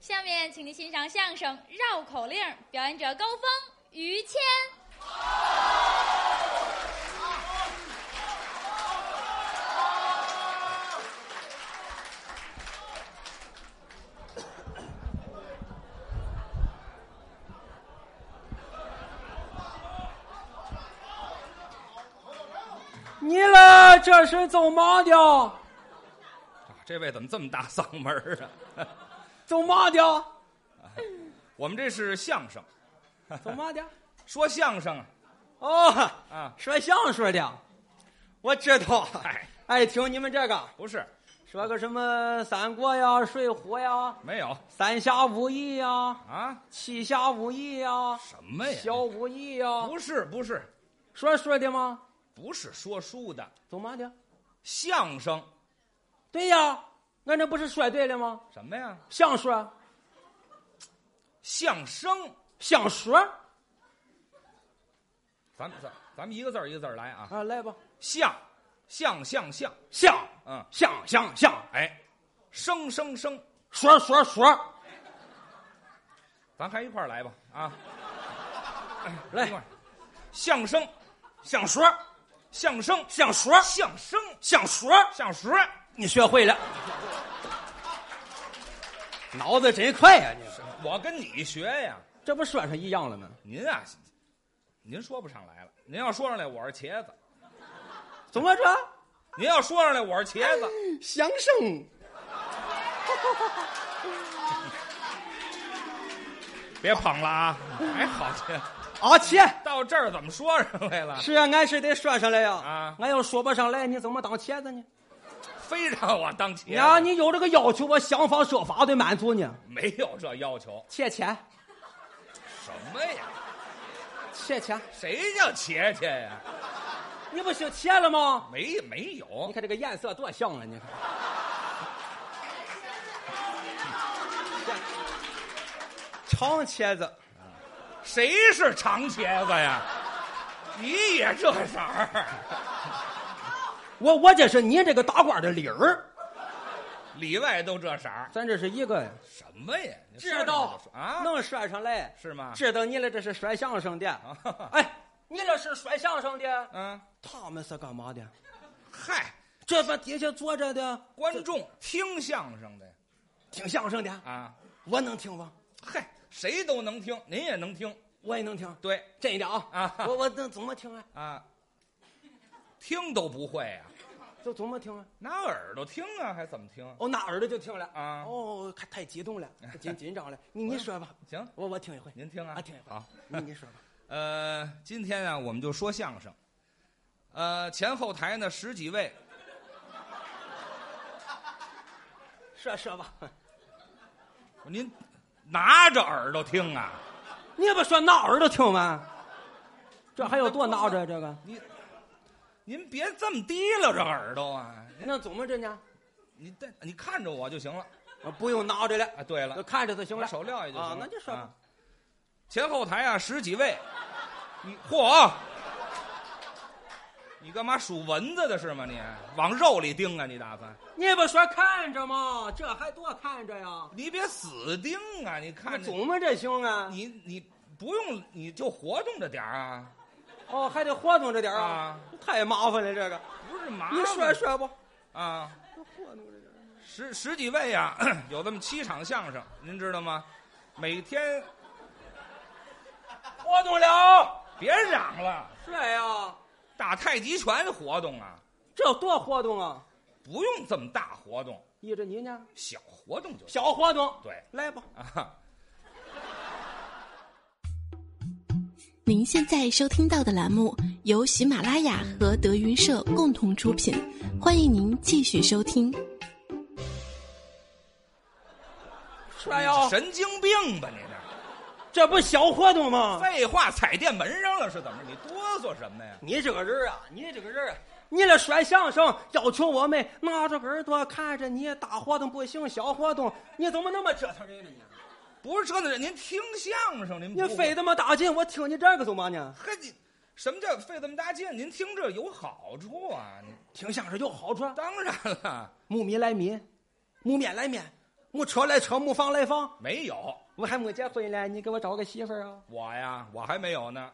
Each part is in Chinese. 下面，请您欣赏相声《绕口令》，表演者高峰、于谦。你嘞，这是走嘛的？啊这位怎么这么大嗓门儿啊？ 走嘛 的？我们这是相声，走嘛的？说相声啊，哦，啊说相声的，我知道，哎，爱听你们这个，不是说个什么三国呀、水浒呀、没有三侠五义呀、啊？七侠五义呀、什么呀？小五义呀，不是不是说说的吗？不是说书的走嘛的？相声，对呀，俺这不是说对了吗？什么呀？相说，相声，相说咱们咱咱们一个字儿一个字儿来啊，啊，来吧，相相相相，相嗯，相相相，哎，生生生，说说说，咱还一块儿来吧啊， 哎来一块儿相声，相说，相声，相说相声，相说。相说，你学会了，脑子真快呀、你我跟你学呀。这不说上一样了吗？您啊，您说不上来了。您要说上来，我是茄子；怎么着？您要说上来，我是茄子。相声别捧了啊！哎，好茄子，阿切到这儿怎么说上来了？啊是啊，俺是得说上来呀、啊俺要说不上来，你怎么当茄子呢？非让我当茄子？呀，你有这个要求，我想方设法的满足你。没有这要求。切切什么呀？切切，谁叫茄茄呀？你不姓切了吗？没没有你，看这个颜色多像啊！你看，长茄子，谁是长茄子呀？你也这色儿，我我这是你这个大褂的理儿，里外都这色儿。咱这是一个呀。什么呀？你说知道上来就说啊？能说上来是吗知道你了，这是说相声的啊。哎，你这是说相声的，嗯，他们是干嘛的？嗨，这边底下坐着的观众听相声的呀听相声的，啊。我能听吗？嗨，谁都能听，您也能听，我也能听，对真的啊！啊我我能怎么听啊？啊，听都不会啊，就怎么听啊？拿耳朵听啊，还怎么听？哦，拿耳朵就听了啊哦，看太激动了，紧紧张了。你你说吧，行，我我听一回。您听啊，啊，听一回。好，你你说吧。呃，今天啊，我们就说相声，呃，前后台呢十几位，说说吧，您拿着耳朵听啊，你不说拿耳朵听吗？这还有 多拿着啊这个？您您别这么提溜着耳朵啊，那怎么着呢？你这你看着我就行了我不用拿着了，啊。对就了，看着就行拿了。手撂下就行了啊，那就说吧啊前后台啊十几 位，你嚯！啊你干嘛数蚊子的是吗你？往肉里叮啊？你打算？你不说看着吗？这还多看着呀？你别死盯啊！你看着琢磨着行啊？你你不用你就活动着点儿啊，哦，还得活动着点儿啊啊！太麻烦了，这个。不是麻烦。你说说吧。啊，活动着点儿。十十几位啊， 有这么七场相声，您知道吗？每 天活动了。别嚷了，是呀，打太极拳活动啊，这多活动啊！不用这么大活动，依着你呢，小活动就行。小活动。对来吧。啊，您现在收听到的栏目由喜马拉雅和德云社共同出品，欢迎您继续收听。说呀，神经病吧你这。啊这不小活动吗？废话，踩电门上了是怎么着？你哆嗦什么呀？你这个人啊，你这个人啊，你这说相声要求我们拿着耳朵看着你，大活动不行，小活动，你怎么那么折腾人呢？你？啊不是折腾人，您听相声您不你费的这么大劲，我听你这个干嘛呢？嘿你，什么叫费这么大劲？您听这有好处啊！您听相声有好处，当然了，木米来米，木面来面，我扯来扯，木放来放，没有我还没结婚嘞，你给我找个媳妇儿啊？我呀，我还没有呢，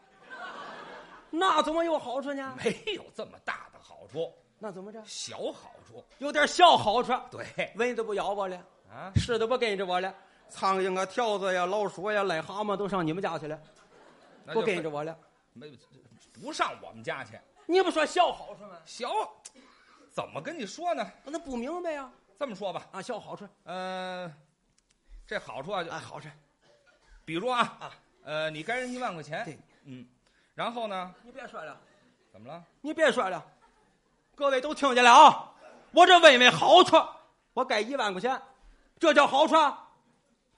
那怎么有好处呢？没有这么大的好处，那怎么着？小好处。有点小好处，对蚊子不咬我了，啊，虱子不跟着我了，苍蝇啊、跳蚤呀、老鼠呀、癞蛤蟆都上你们家去了，那就不跟着我了。没不上我们家去。你不说小好处吗？小，怎么跟你说呢？那不明白呀、这么说吧，啊，小好处嗯、这好处啊，就啊，好处，比如啊，啊呃，你该人一万块钱，对，嗯，然后呢，你别说了，怎么了？你别说了，各位都听见了啊！我这问问好处，我该一万块钱，这叫好处啊，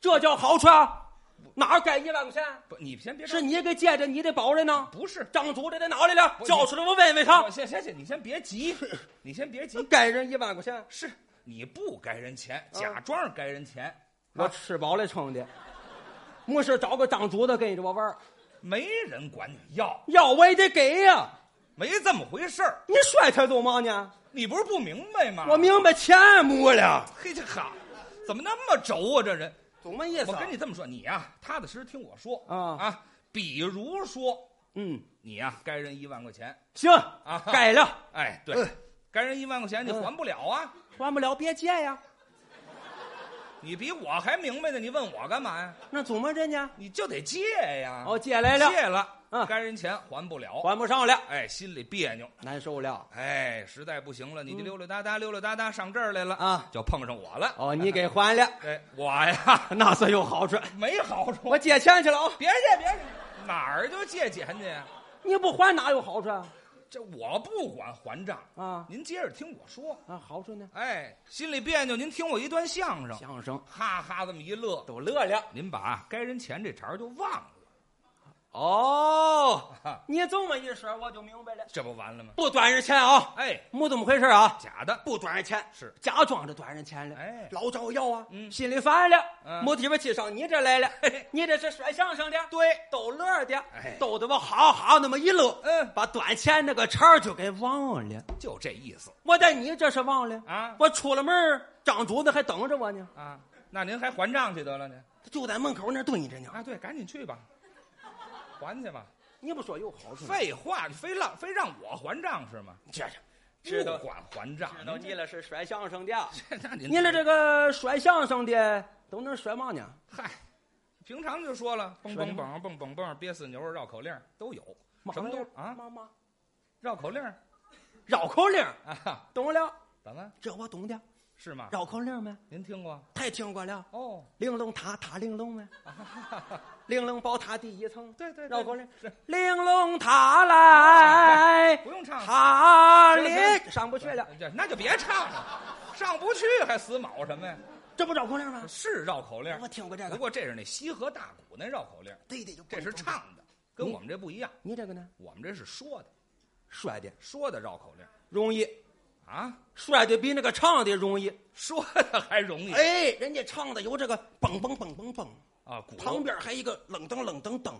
这叫好处啊，哪儿该一万块钱？不，你先别着是你给借着你的宝来呢？不是，张主这在哪里了？不叫出来我问问他我。先先先，你先别急，你先别急，该人一万块钱，是你不该人钱，假装该人钱，我吃饱了撑的，没事找个张主的跟着我玩儿没人管你要，要我也得给呀、没这么回事儿。你摔他做嘛呢？你不是不明白吗？我明白钱没了，嘿这好，怎么那么轴啊？这人，懂么意思、我跟你，这么说，你呀、啊踏踏实实听我说啊啊，比如说嗯，你呀、该人一万块钱，行啊哈该了，哎，对，嗯该人一万块钱你嗯还不了啊，还不了别借呀。你比我还明白呢，你问我干嘛呀？那怎么着呢？你就得借呀，哦，借来了，借了，嗯该人钱还不了，还不上了，哎，心里别扭，难受了。哎，实在不行了，你就溜溜达达，溜溜达达上这儿来了嗯啊，就碰上我了。哦，你给还了，哎，我呀 那算有好处。没好处，我借钱去了啊！别介别介，哪儿就借钱去呀？你不还哪有好处啊？这我不管还账啊您接着听我说。啊，好处呢？哎，心里别扭，您听我一段相声，相声哈哈这么一乐，都乐了。您把该人钱这茬儿就忘了，哦，哈你这么一说，我就明白了。这不完了吗？不短人钱啊，哎，没这么回事啊，假的，不短人钱，是假装着短人钱了，哎老找要啊，嗯心里烦了，嗯没地方去上你这来了嘿，你这是说相声的，对逗乐的哎，逗得我哈哈那么一乐，嗯把短钱那个茬儿就给忘了。就这意思我在你这是忘了啊我出了门儿张主子还等着我呢，啊。那您还还账去得了呢？就在门口那儿蹲着呢。啊，对，赶紧去吧，还去吧。嗯你不说有好处吗？废话，你非让非让我还账是吗？这是知道不管还账，知道您你了是甩相声的，这 那您你了这个甩相声的都能甩嘛呢？嗨，平常就说了，蹦说蹦什蹦蹦蹦蹦，憋死牛，绕口令儿都有，嘛什么都玩意儿啊，妈妈绕口令儿绕口令儿啊，懂了，怎么这我懂的。是吗？绕口令没？您听过太听过了。哦？玲珑塔塔玲珑 没？玲珑宝塔第一层。对对对绕口令是玲珑塔来，不用唱了塔行了行里了上不去了。这那就别唱了，上不去还死卯什么呀？这不绕口令吗？是绕口令儿，我听过这不个。过这是那西河大鼓那绕口令儿，对对，有这是。唱的，跟我们这不一样，你这个呢？我们这是说的，摔的说的绕口令儿容易，啊，摔的比那个唱的容易。说的还容易哎，人家唱的有这个蹦蹦蹦蹦蹦，啊，鼓旁边还一个冷噔冷噔噔，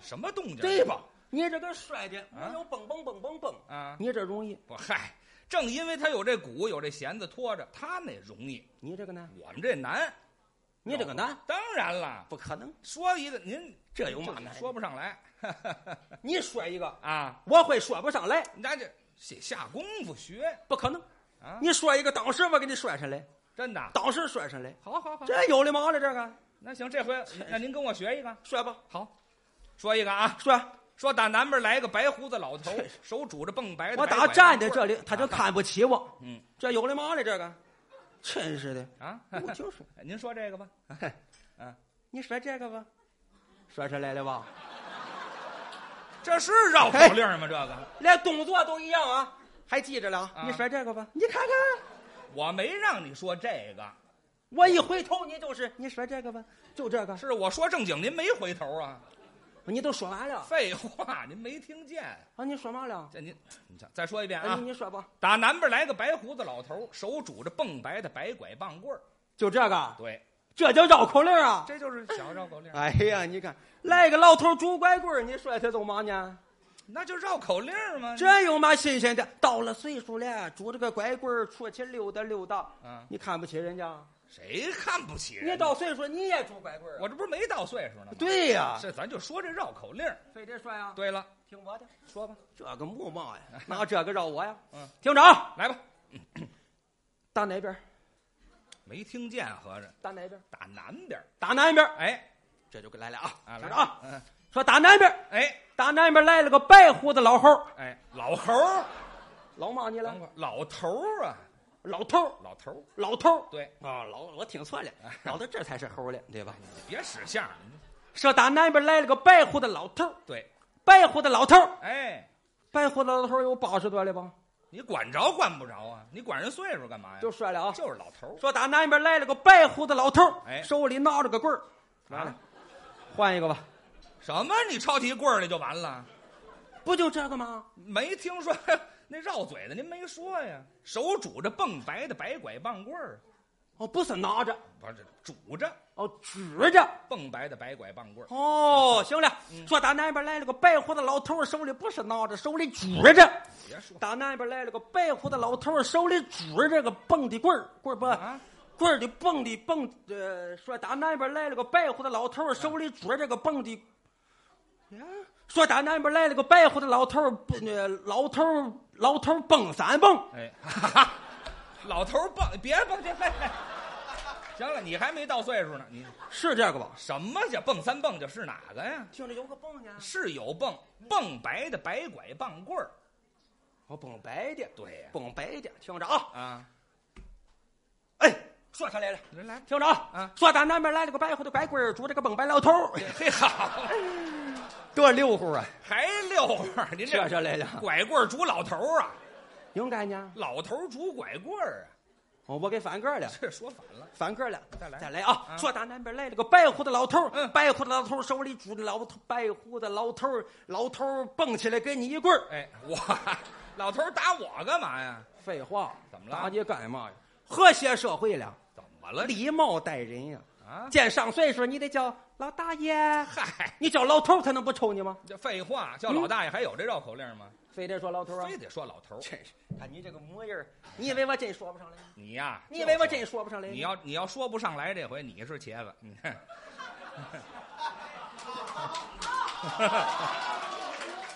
什么动静？啊对吧？？你这个摔的没有蹦蹦蹦蹦蹦啊你这容易，不，嗨，正因为他有这鼓，有这弦子拖着，他那容易，你这个呢？我们这难。你这个难，当然了，不可能。说一个您这有嘛难的说不上来你说一个，啊，我会说不上来，那这得下功夫学不可能。啊，你说一个，当时我给你说上来，真的。当时说上来，好好好，这有的嘛了？这个那行，这回那您跟我学一个，说吧，好，说一个啊，说。说打南边来个白胡子老头，手拄着蹦白的我白啊打拐站棍在这儿里，他就看不起我。嗯这有的嘛了？这个，真是 的。啊，我就是，您说这个吧，你说这个吧，说出来了吧？这是绕口令吗？这个连动作都一样啊，还记着了啊？啊你说这个吧，你看看，我没让你说这个，我一回头你就是，你说这个吧，就这个，是我说正经，您没回头啊。你都说完了废话，您没听见？啊？你说嘛了？这您，你再再说一遍啊，啊！你你说吧，打南边来个白胡子老头，手拄着蹦白的白拐棒棍儿。就这个，对，这叫绕口令啊！这就是小绕口令，哎呀，你看，来个老头拄拐棍儿你说他走嘛呢？那就绕口令吗？这有嘛新鲜的？到了岁数了，拄着个拐棍儿出去溜达溜达，啊，你看不起人家？谁看不起人？你到岁数你也拄拐棍儿啊？我这不是没到岁数呢吗？对呀这咱就说这绕口令儿。非得帅啊？，对了，听我的，说吧，这个木帽呀，拿这个绕我呀？嗯，听着啊，来吧。打哪边儿？没听见，合着打哪边儿？打南边儿。打南边儿。哎，这就给来了啊！啊，听来着啊，嗯说打南边儿，哎打南边儿来了个白胡子老猴儿，哎，老猴儿，老骂你等了，会儿老头儿啊，老头儿，老头儿，老头儿。对，啊，老我听错 了，老头这才是猴儿了，对吧？你别使相儿，你说打南边儿来了个白胡子老头儿，对，白胡子老头儿，哎，白胡子老头儿有八十多了吧？你管着管不着啊？你管人岁数干嘛呀？就摔了啊！哎就是老头说打南边来了个白胡子老头儿，哎手里拿着个棍儿，儿啊？换一个吧，什么？你抄起棍儿来就完了？不就这个吗？没听说 那绕嘴的，您没说呀？手拄着蹦白的白拐棒棍儿，哦，不是拿着，不是拄着哦，指着。蹦白的白拐棒棍儿，哦，行了，嗯说打南边来了个白胡子老头儿，手里不是拿着，手里拄着着。别说打南边来了个白胡子老头儿，手里拄着这个蹦的棍儿，棍儿不，啊棍儿的蹦的蹦。呃，说打南边来了个白胡子老头儿，手里拄着这个蹦的。呀说打南边来了个白胡子老头儿，蹦呃，老头儿老头儿蹦三蹦。哎， 哈哈，老头儿蹦，别蹦去。嘿嘿行了，你还没到岁数呢，你是这个吧？什么叫蹦三蹦就是哪个呀？听着有个蹦呢，是有蹦蹦白的白拐棒棍儿，我蹦白的，对呀蹦白的，听着啊，啊，哎，说起来了，来来，听着啊，啊说咱南边来了个白胡子白棍儿，拄着个蹦白老头儿，嘿好，多溜乎啊！还溜会儿，您说这上来了，拐棍儿拄老头儿啊，应该呢。老头儿拄拐棍儿啊，哦，我给翻个了，这说反了。翻个了，再来再来啊！啊说咱南边来了个白胡子老头儿，嗯白胡子老头儿手里拄着老头白胡子老头儿，老头儿蹦起来给你一棍儿。哎，我老头儿打我干嘛呀？废话，怎么了打你干嘛呀？和谐社会了，怎么了你礼貌待人呀。啊？见上岁数，你得叫老大爷。嗨，你叫老头儿，他能不抽你吗？这废话，叫嗯老大爷还有这绕口令吗？非得说老头儿啊非？得说老头儿，真是，看你这个模样儿，你以为我真说不上来？你呀，你以为我这真说不上来？你要你要说不上来这回，你是茄子，你看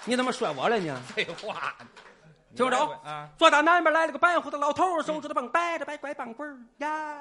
你怎么甩我了呢？废话，你听来着回啊，坐到南边来了个白胡子老头儿，手指头蹦掰着白拐棒棍儿呀！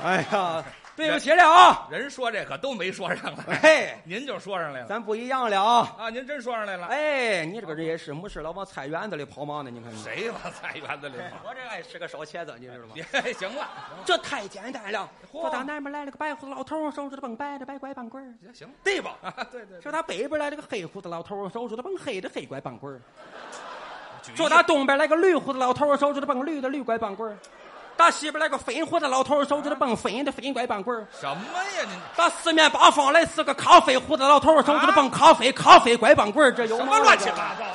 哎呀，对不起了啊！人说这可都没说上来，哎，您就说上来了咱不一样了啊！啊，您真说上来了，哎，你这个人也是，没事老往菜园子里跑嘛呢？你看你，谁往菜园子里跑？我这爱吃个烧茄子，你知道吗？别行了，这太简单了。嚯坐到南边来了个白胡子老头儿，手指头蹦掰着白拐棒棍儿，行行 对吧？啊，对对，说他北边来了个黑胡子老头儿，手指头蹦黑的黑拐棒棍儿。举一说他东边来个绿胡子老头儿，手指头蹦绿的绿拐棒棍儿；打西边来个粉胡子老头儿，手指头蹦粉的粉拐棒棍儿；什么呀？您打四面八方来四个咖啡胡子老头儿，手指头蹦咖啡咖啡拐棒棍儿。这有什吗么乱七？八糟的？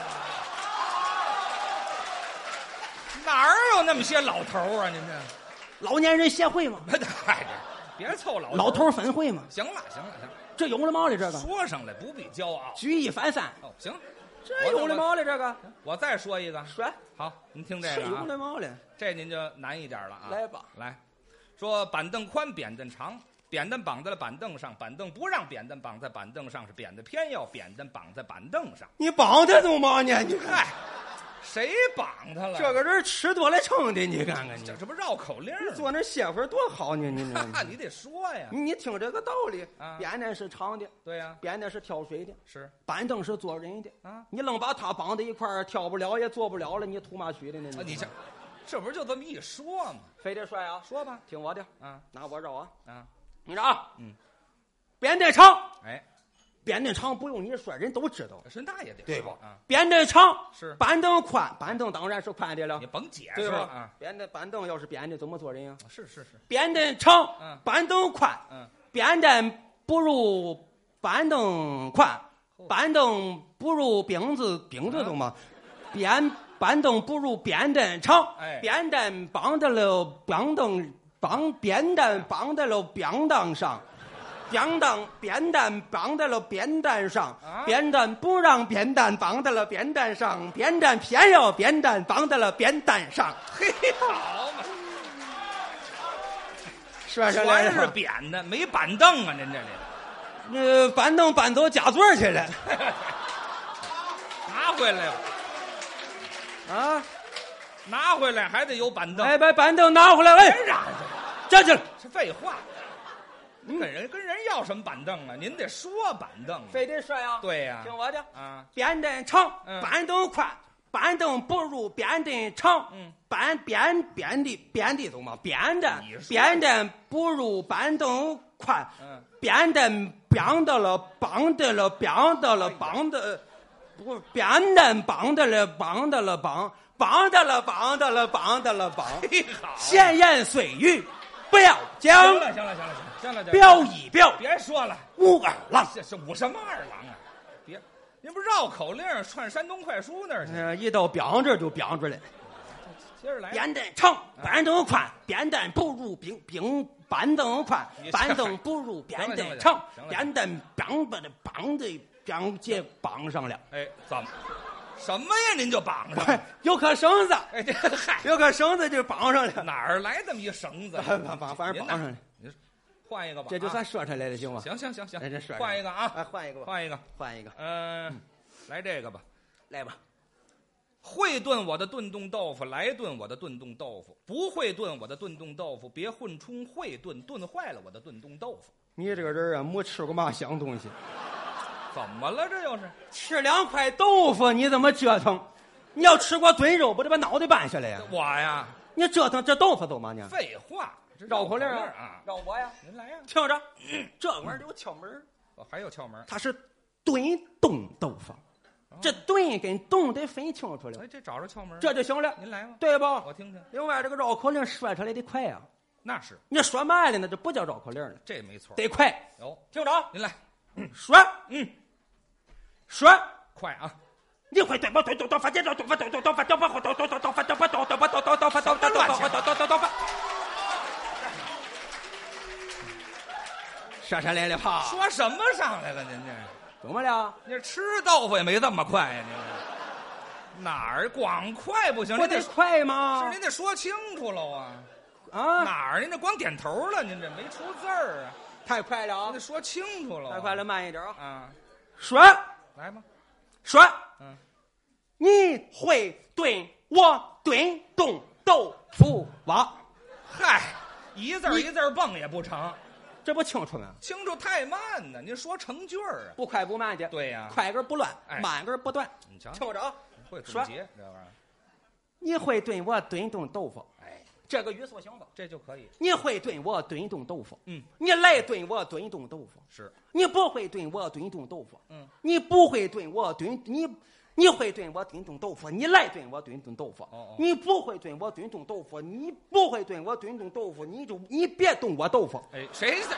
哪儿有那么些老头儿啊？您这，老年人协会嘛，嗨，别凑老老头头儿。儿分会嘛，行了行了行了，这有了毛了这个？说上来不必骄傲。举一反三，哦，行，这有了毛了这个？我再说一个，说，好，您听这这个有啊，了毛了？这您就难一点了啊。来吧，来，说板凳宽，扁担长，扁担绑在了板凳上，板凳不让扁担绑在板凳上，是扁担偏要扁担绑在板凳上。你绑他弄嘛呢？你嗨，谁绑他了？这个人吃多了撑的，你看看你这，这不绕口令儿吗？坐那儿歇会儿多好呢？你哈哈，你你得说呀。你你听这个道理啊，扁担是长的。对呀、扁担是挑水的，是板凳是坐人的。啊，你愣把它绑在一块儿，挑不了也坐不了了，你图嘛许的呢？啊你这，这不是就这么一说吗？非得帅啊！说吧，听我的，啊拿我绕啊！啊，你绕啊！嗯，扁担长，哎，扁担长不用你说，人都知道，是那也得说啊，扁担长是板凳宽，板凳当然是宽的了你，甭解释对吧？了啊。扁担板凳要是扁的，怎么坐人呀？啊是是是，扁担长，嗯板凳宽，嗯，扁担不如板凳宽，哦板凳不如饼子饼子懂吗？扁板凳不如扁担长啊哎，扁担绑在了绑凳绑扁担绑在了扁担上，扁担扁担绑在了扁担上啊，扁担不让扁担绑在了扁担上，扁担偏要扁担绑在了扁担上，嘿，好嘛，是吧？是吧全是扁的，没板凳啊！您 这里呃，板凳搬走假座去了拿回来吧，啊！拿回来还得有板凳。哎，把板凳拿回来，哎，嚷站起来，是废话，跟人跟人要什么板凳啊？您得说板凳啊。非得帅啊！对呀听我的，啊，扁担长嗯，板凳宽，板凳不如扁担长。嗯板扁扁的扁的懂吗？扁担你说扁担不如板凳宽。嗯扁担绑到了，绑到了，绑到哎了，绑的，不，扁担绑到了，绑到了，绑，绑到了，绑到了，绑到了，绑。嘿， 好。闲言碎语不要讲行，了，行了，行了，行了，行了，标一标别说了，武二郎。这是五什么二郎啊？别，您不是绕口令儿串山东快书那儿去？呃，一到表这就表出来。接着来。哎扁担长，板凳宽，扁担不如饼饼，板凳宽你，这板凳不如扁行了担行了长行了，扁担绑把的绑的绑结绑上了，哎哎，怎么？什么呀？您就绑上了？有颗绳子，哎，这嗨，有颗绳子就绑上了，哪儿来这么一 绳子？反反反反正您绑上呐了，您换一个吧。这就啊算说出来了，行吗？行行行行，哎这帅换一个哎，啊，换一个吧，换一个。换一个，嗯，来这个吧。来吧，会炖我的炖冻豆腐，来炖我的炖冻豆腐；不会炖我的炖冻豆腐，别混充会炖，炖坏了我的炖冻豆腐。你这个人啊，没吃过嘛香东西，怎么了？这又是吃两块豆腐你怎么折腾？你要吃过炖肉，不得把脑袋搬下来呀？我呀？你折腾这豆腐走嘛你？啊废话，这绕口口令啊儿啊，！绕我呀！您来呀、听着，这玩意儿有窍门儿哦还有窍门儿。它是炖冻豆腐，这炖跟冻得分清楚了哎，，这找着窍门儿了。这就行了，您来吧，对吧？我听听。另外，这个绕口令说出来得快啊！那是，你说慢了呢，这不叫绕口令了，这没错儿。得快。有，听着，您来，说，嗯，说，快啊！你会对不对？对对，反正对对不对？对对，反正不对对对对，反正不对对不对对对，反正不对对对对对。说上来了哈，说什么上来了？您这，怎么了？您吃豆腐也没这么快呀、您这哪儿光快不行？我您得得啊是快吗？您得说清楚喽啊！啊，哪儿？您这光点头了，您这没出字儿啊！太快了您啊得！说清楚了、太快了，慢一点啊！啊！说来吧，说，嗯，你会炖我炖冻豆腐蛙，嗨，一字儿一字儿蹦也不成，这不清楚吗？清楚太慢呢。您说成句儿啊？不快不慢的，对呀快根不乱哎，慢根不断。你瞧听我着啊，会总说结这玩意儿，你会炖我炖冻豆腐，哎，这个语速行不？这就可以。你会炖我炖冻豆腐，嗯，你来炖我炖冻豆腐，是，你不会炖我炖冻豆腐，嗯，你不会炖我炖你，你会炖我炖冻豆腐，你来炖我炖冻豆腐，哦哦你不会炖我炖冻豆腐，你不会炖我炖冻豆腐，你就你别动我豆腐，哎，谁是？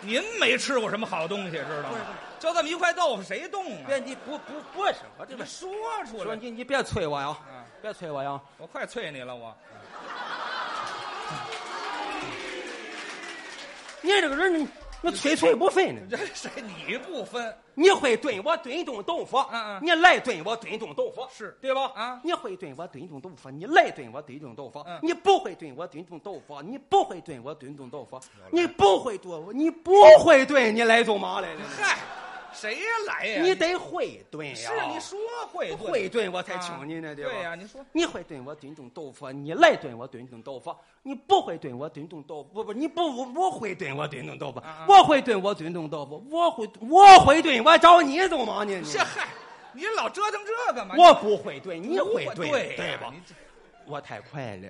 您没吃过什么好东西，知道不吗是不？就这么一块豆腐，谁动啊别？你不不不是我这你个们，说出说来，你你别催我呀啊，别催我呀，我快啐你了，我你这个人你你催催不分呢，这谁你不分你会炖我炖冻豆腐，嗯嗯你来炖我炖冻豆腐，是对吧？啊你会炖我炖冻豆腐，你来炖我炖冻豆腐嗯，你不会炖我炖冻豆腐，你不会炖我炖冻豆腐，你不会炖，你不哦会炖，你来做嘛来了？ 嗨，谁来呀？你得会炖呀，啊是啊你说会不会炖炖我才请你呢，对啊吧？呀，你说你会炖我炖冻豆腐，你来炖我炖冻豆腐；你不会炖我炖冻豆腐，不不，你不我我会炖我炖冻豆腐，啊啊我会炖我炖冻豆腐，我会我会炖，我找你做嘛呢？你这嗨，你老折腾这干嘛？我不会炖，你你会对炖，呀吧你？这我太快了，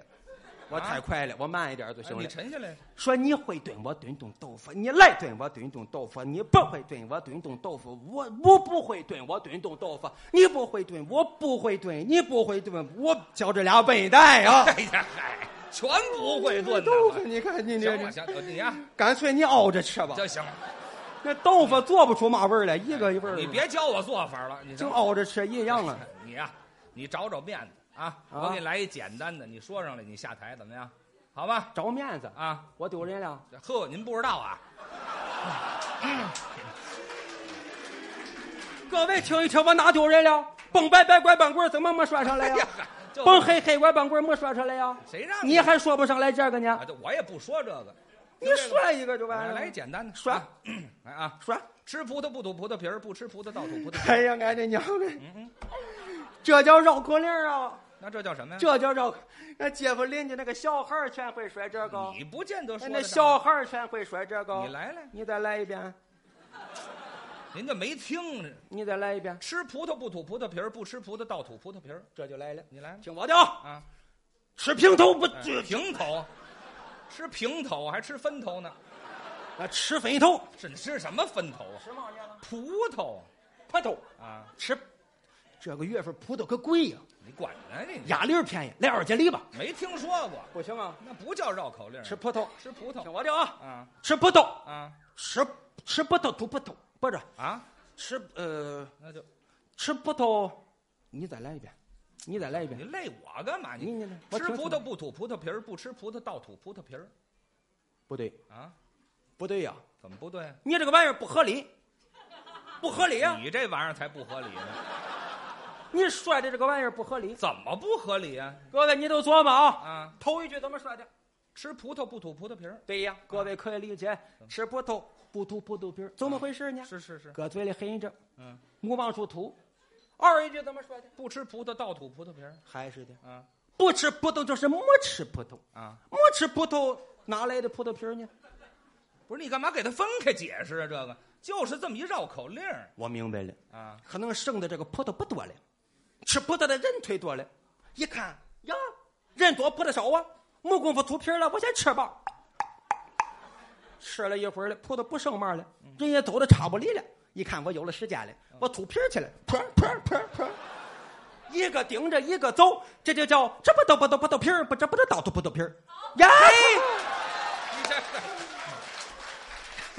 我啊太快了，我慢一点就行哎你了。沉下来，啊说你会炖我炖冻豆腐，你来炖我炖冻豆腐；你不会炖我炖冻豆腐，我我不会炖我炖冻豆腐；你不会炖我不会炖，你不会炖我叫这俩笨蛋 呀！哎呀嗨，全不会炖的。豆腐，你看你行，这，我行，我你啊，干脆你熬着吃吧。就行了，那豆腐做不出嘛味儿来，一个一味儿。你别教我做法了，你净行熬着吃一 样啊。你呀、你找找面子啊！啊我给你来一简单的，你说上来，你下台怎么样？好吧？找面子，啊，我丢人了。呵，您不知道啊？各位听一听，我哪丢人了？蹦白白拐板棍儿怎么没说上来 哎呀、哎 就蹦黑黑拐板棍儿没说上来呀、谁让你还说不上来这个呢啊？？这我也不说这个，你就这个吧说一个就完了。来简单的说啊来啊，说，吃葡萄不吐葡萄皮儿，不吃葡萄倒吐葡萄皮儿。哎呀，俺这娘的，这叫绕口令儿啊！那这叫什么呀？这叫绕，那街坊邻居那个小孩儿全会说这个，你不见得说那得那上小孩儿全会说这个。你，来来，你再来一遍，您就没听着。你再来一遍，吃葡萄不吐葡萄皮儿，不吃葡萄倒吐葡萄皮儿。这就来了。你来吧听我的啊，嗯啊，吃平头不哎这平头，吃平头还吃分头呢？啊吃肥头，这吃什么分头啊？吃嘛去了？葡萄葡萄啊，吃，这个月份葡萄可贵呀、你管着你？鸭梨儿便宜，来二斤梨吧。没听说过，不行啊，那不叫绕口令儿。吃葡萄，吃葡听萄我的啊，啊吃葡萄，啊吃吃葡萄吐葡萄，不是啊，吃呃那就吃葡萄，你再来一遍，你再来一你遍，累我干嘛？你你你你我吃听葡听萄不吐葡萄皮儿，不吃葡萄倒吐葡萄皮儿不对啊？不对呀、怎么不对啊？你这个玩意儿不合理，不合理哎呀、你这玩意儿才不合理呢！你说的这个玩意儿不合理。怎么不合理啊？各位你都琢磨啊，啊，头一句怎么说的？吃葡萄不吐葡萄皮儿，对呀，各位可以理解，吃葡萄不吐葡萄皮儿，怎么回事呢？是是是，搁嘴里含着，嗯，莫往出吐。二一句怎么说的？不吃葡萄倒吐葡萄皮儿，还是的，啊不吃葡萄就是没吃葡萄，啊，没吃葡萄哪来的葡萄皮儿呢？不是你干嘛给他分开解释啊？这个就是这么一绕口令儿我明白了，啊，可能剩的这个葡萄不多了，吃葡萄的人忒多了。一看呀，人多葡萄少啊，没工夫吐皮儿了，我先吃吧。吃了一会儿了，葡萄不剩嘛了，人也走的差不离了。一看我有了时间了，我吐皮儿去了，噗儿噗儿噗儿噗儿，一个顶着一个走，这就叫这不都不都不都皮儿，不这不都倒吐不都皮儿，耶，你这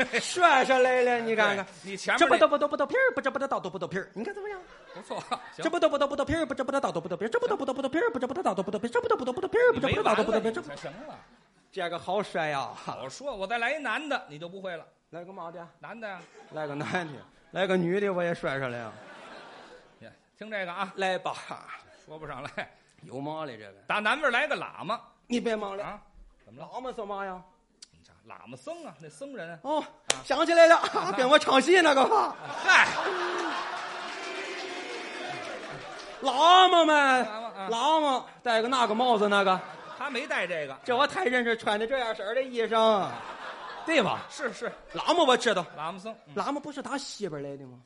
是 说上来了，你看看，对你前面这不那都不都不都皮儿，不这不都倒吐不都皮儿，你看怎么样？不错，行这，不得不得不得皮儿，不这不得倒都不得皮儿，这不得不得不得皮儿，不这不得倒都不得皮儿，这不得不得不得皮儿，不这你不没得倒完了都不得皮儿，你这就行了。这个好帅呀！我说我再来一男的，你就不会了，来个嘛的，男的呀、来个男的，来个女的，我也帅上来啊！你听这个啊，来吧，说不上来，有嘛嘞这个？打南边来个喇嘛你别忙了，啊，怎么了？老么什么呀？你瞧喇嘛僧啊，那僧人啊，啊哦，想起来了，跟我唱戏那个吧，嗨，喇嘛们喇嘛，啊喇嘛戴个那个帽子那个，他没带这个，这我太认识，穿的这样式儿的衣裳，对吧？是是喇嘛我知道，喇嘛僧。嗯喇嘛不是打西边来的吗？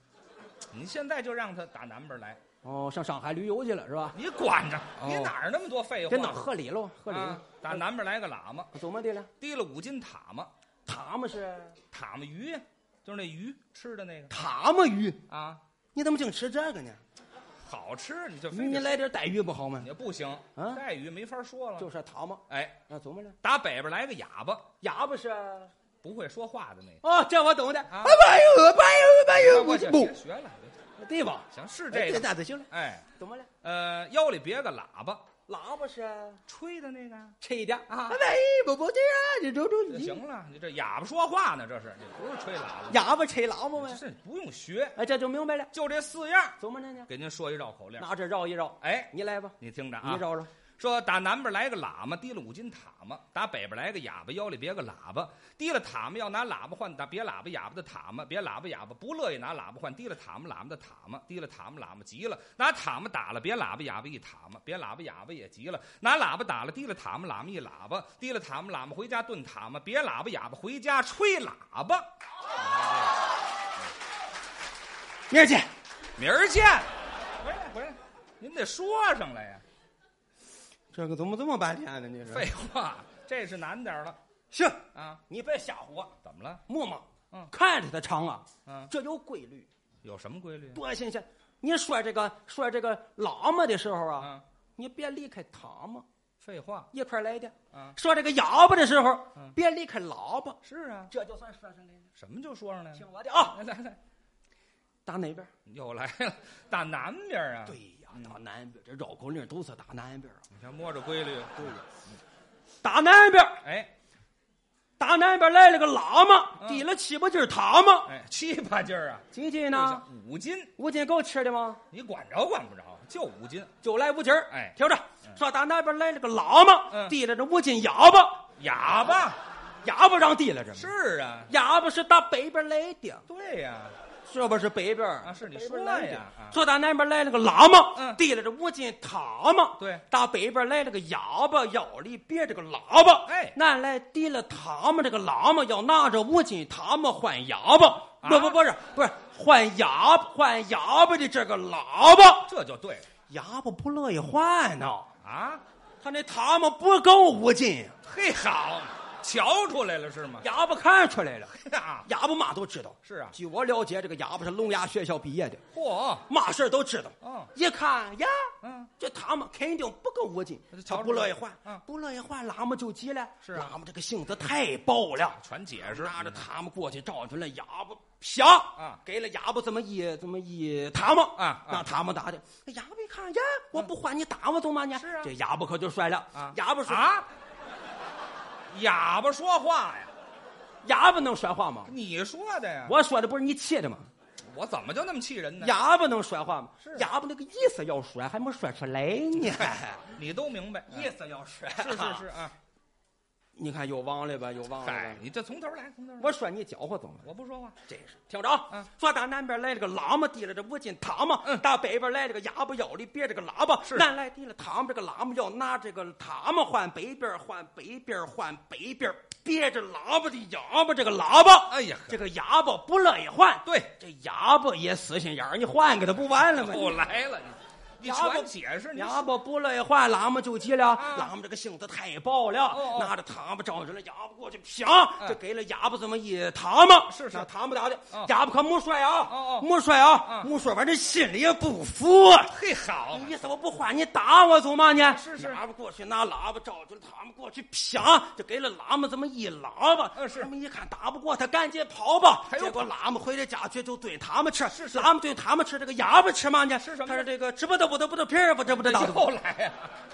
你现在就让他打南边来，哦，上上海旅游去了是吧？你管着，哦你哪儿那么多废话？跟哪合理喽？合理啊了，打南边来个喇嘛，怎么的了？提了五斤塔嘛，塔嘛是塔嘛鱼呀，就是那鱼吃的那个塔嘛鱼，啊，你怎么净吃这个呢？好吃你就非你你得来点带鱼不好吗你？不行啊，带鱼没法说了。就是塔嘛，哎，那怎么了？打北边来个哑巴，哑巴是？不会说话的那个。哦，这我懂的。啊哎哎呦哎呦哎呦，我我学就学学了，不对吧？行是这个。那就行了。哎，怎么了？呃，腰里别个喇叭，喇叭是吹的那个。吃一点啊哎不不这样，你瞅瞅这你行了，你这哑巴说话呢，这是你不是吹喇叭，哑巴吃喇叭这呗。是不用学，哎，这就明白了。就这四样，怎么着呢？给您说一绕口令。拿着绕一绕，哎，你来吧，你听着你啊，绕绕。说打南边来个喇嘛，提了五斤塔嘛；打北边来个哑巴，腰里别个喇叭，提了塔嘛要拿喇叭换打别喇叭哑巴的塔嘛，别喇叭哑巴不乐意拿喇叭换，提了塔嘛喇嘛的塔嘛，提了塔嘛喇嘛急了，拿塔嘛打了别喇叭哑巴一塔嘛，别喇叭哑巴也急了，拿喇叭打了提了塔嘛喇嘛一喇叭，提了塔嘛喇嘛回家炖塔嘛，别喇叭哑巴回家吹喇叭，明儿见。明儿见，回来回来，您得说上来呀，这个怎么这么半天呢？你废话，这是难点儿了行，啊，你别吓唬我。怎么了？木木，嗯看着它长啊，嗯，这有规律，有什么规律啊？多新鲜！你说这个说这个喇嘛的时候啊，啊，你别离开塔嘛，废话一块儿来的；啊，说这个哑巴的时候，嗯别离开喇叭，是啊，这就算说上来了。什么就说上来了？听我的啊，来来来，打哪边？嗯又来了，打南边啊！，对呀，打南边，这绕口令都是打南边啊。你看摸着规律，对呀，打南边儿，哎打南边儿来了个喇嘛，嗯提了七八斤儿塔嘛，哎，七八斤儿啊，几斤呢？五斤，五斤够吃的吗？你管着管不着，就五斤。就来五斤儿哎听着，说打那边来了个喇嘛，嗯提了这五斤哑巴，哑巴哑巴让提了着吗，是啊，哑巴是打北边来的，对呀、是不是北边啊，啊是你说的呀，啊，说打那边来了个喇嘛，嗯提了这五斤塔嘛，对打北边来了个哑巴，腰里别着个喇叭，哎那来提了塔嘛，这个喇嘛要拿着五斤塔嘛换哑巴，啊不不不是不是换哑巴换哑巴的这个喇叭，这就对了哑巴不乐意换呢，啊，他那塔嘛不够五斤，嘿好，瞧出来了是吗？ 啊哑巴看出来了，呀，哑巴嘛都知道，是啊据我了解，这个哑巴是聋哑学校毕业的，嚯，嘛事儿都知道，嗯一看呀。嗯，这他们肯定不够我劲那就，瞧他着不乐意换，嗯不乐意换，喇嘛就急了。是啊嗯喇嘛这个性子太暴了，全解释，拿着他们过去照去了哑巴，啪啊给了哑巴这么一这么一他们啊嗯让他们打的。那哑巴一看呀，我不换你打我走吗？你是啊这哑巴可就摔了啊。哑巴说啊，哑巴说话呀，哑巴能摔话吗？你说的呀，我说的不是你气的吗？我怎么就那么气人呢？哑巴能摔话吗是？啊哑巴那个意思要摔，还没摔出来 呢。你都明白，意思要摔，嗯是是是， 啊，你看有王来吧，有王来嗨吧，。你这从头来，从头来，我说你搅和怎么了？我不说话，真是，听着啊嗯，说打南边来了个喇嘛，提了这五斤塔嘛，嗯打北边来了个哑巴，腰里别着个喇叭，是南来提了塔嘛，这个喇嘛要拿这个塔嘛换北边，换北边，换北边，憋着喇叭的哑巴，这个喇叭，哎呀呵这个哑巴不乐意换，对，这哑巴也死心眼儿，你换给他不完了吗？不来了，你你哑巴全解释，你哑巴不乐意换，喇嘛就急了。啊喇嘛这个性子太暴了，哦哦拿着塔嘛照着了哑巴过去，啪，就给了哑巴这么一塔嘛。是是那塔嘛打的哦，哑巴可没摔啊哦哦，没摔啊，啊没摔完这心里也不服啊。嘿好，意思我不换你打我走嘛你？是是哑巴过去拿喇叭照着他们过去，啪就给了喇嘛这么一喇叭。嗯是他们一看打不过他，赶紧跑吧。还有结果喇嘛回到家去就炖他们吃，是是喇嘛炖他们吃，这个哑巴吃嘛你？吃什么哎他说这个吃不得不得不得皮儿不得不得打又来呀、啊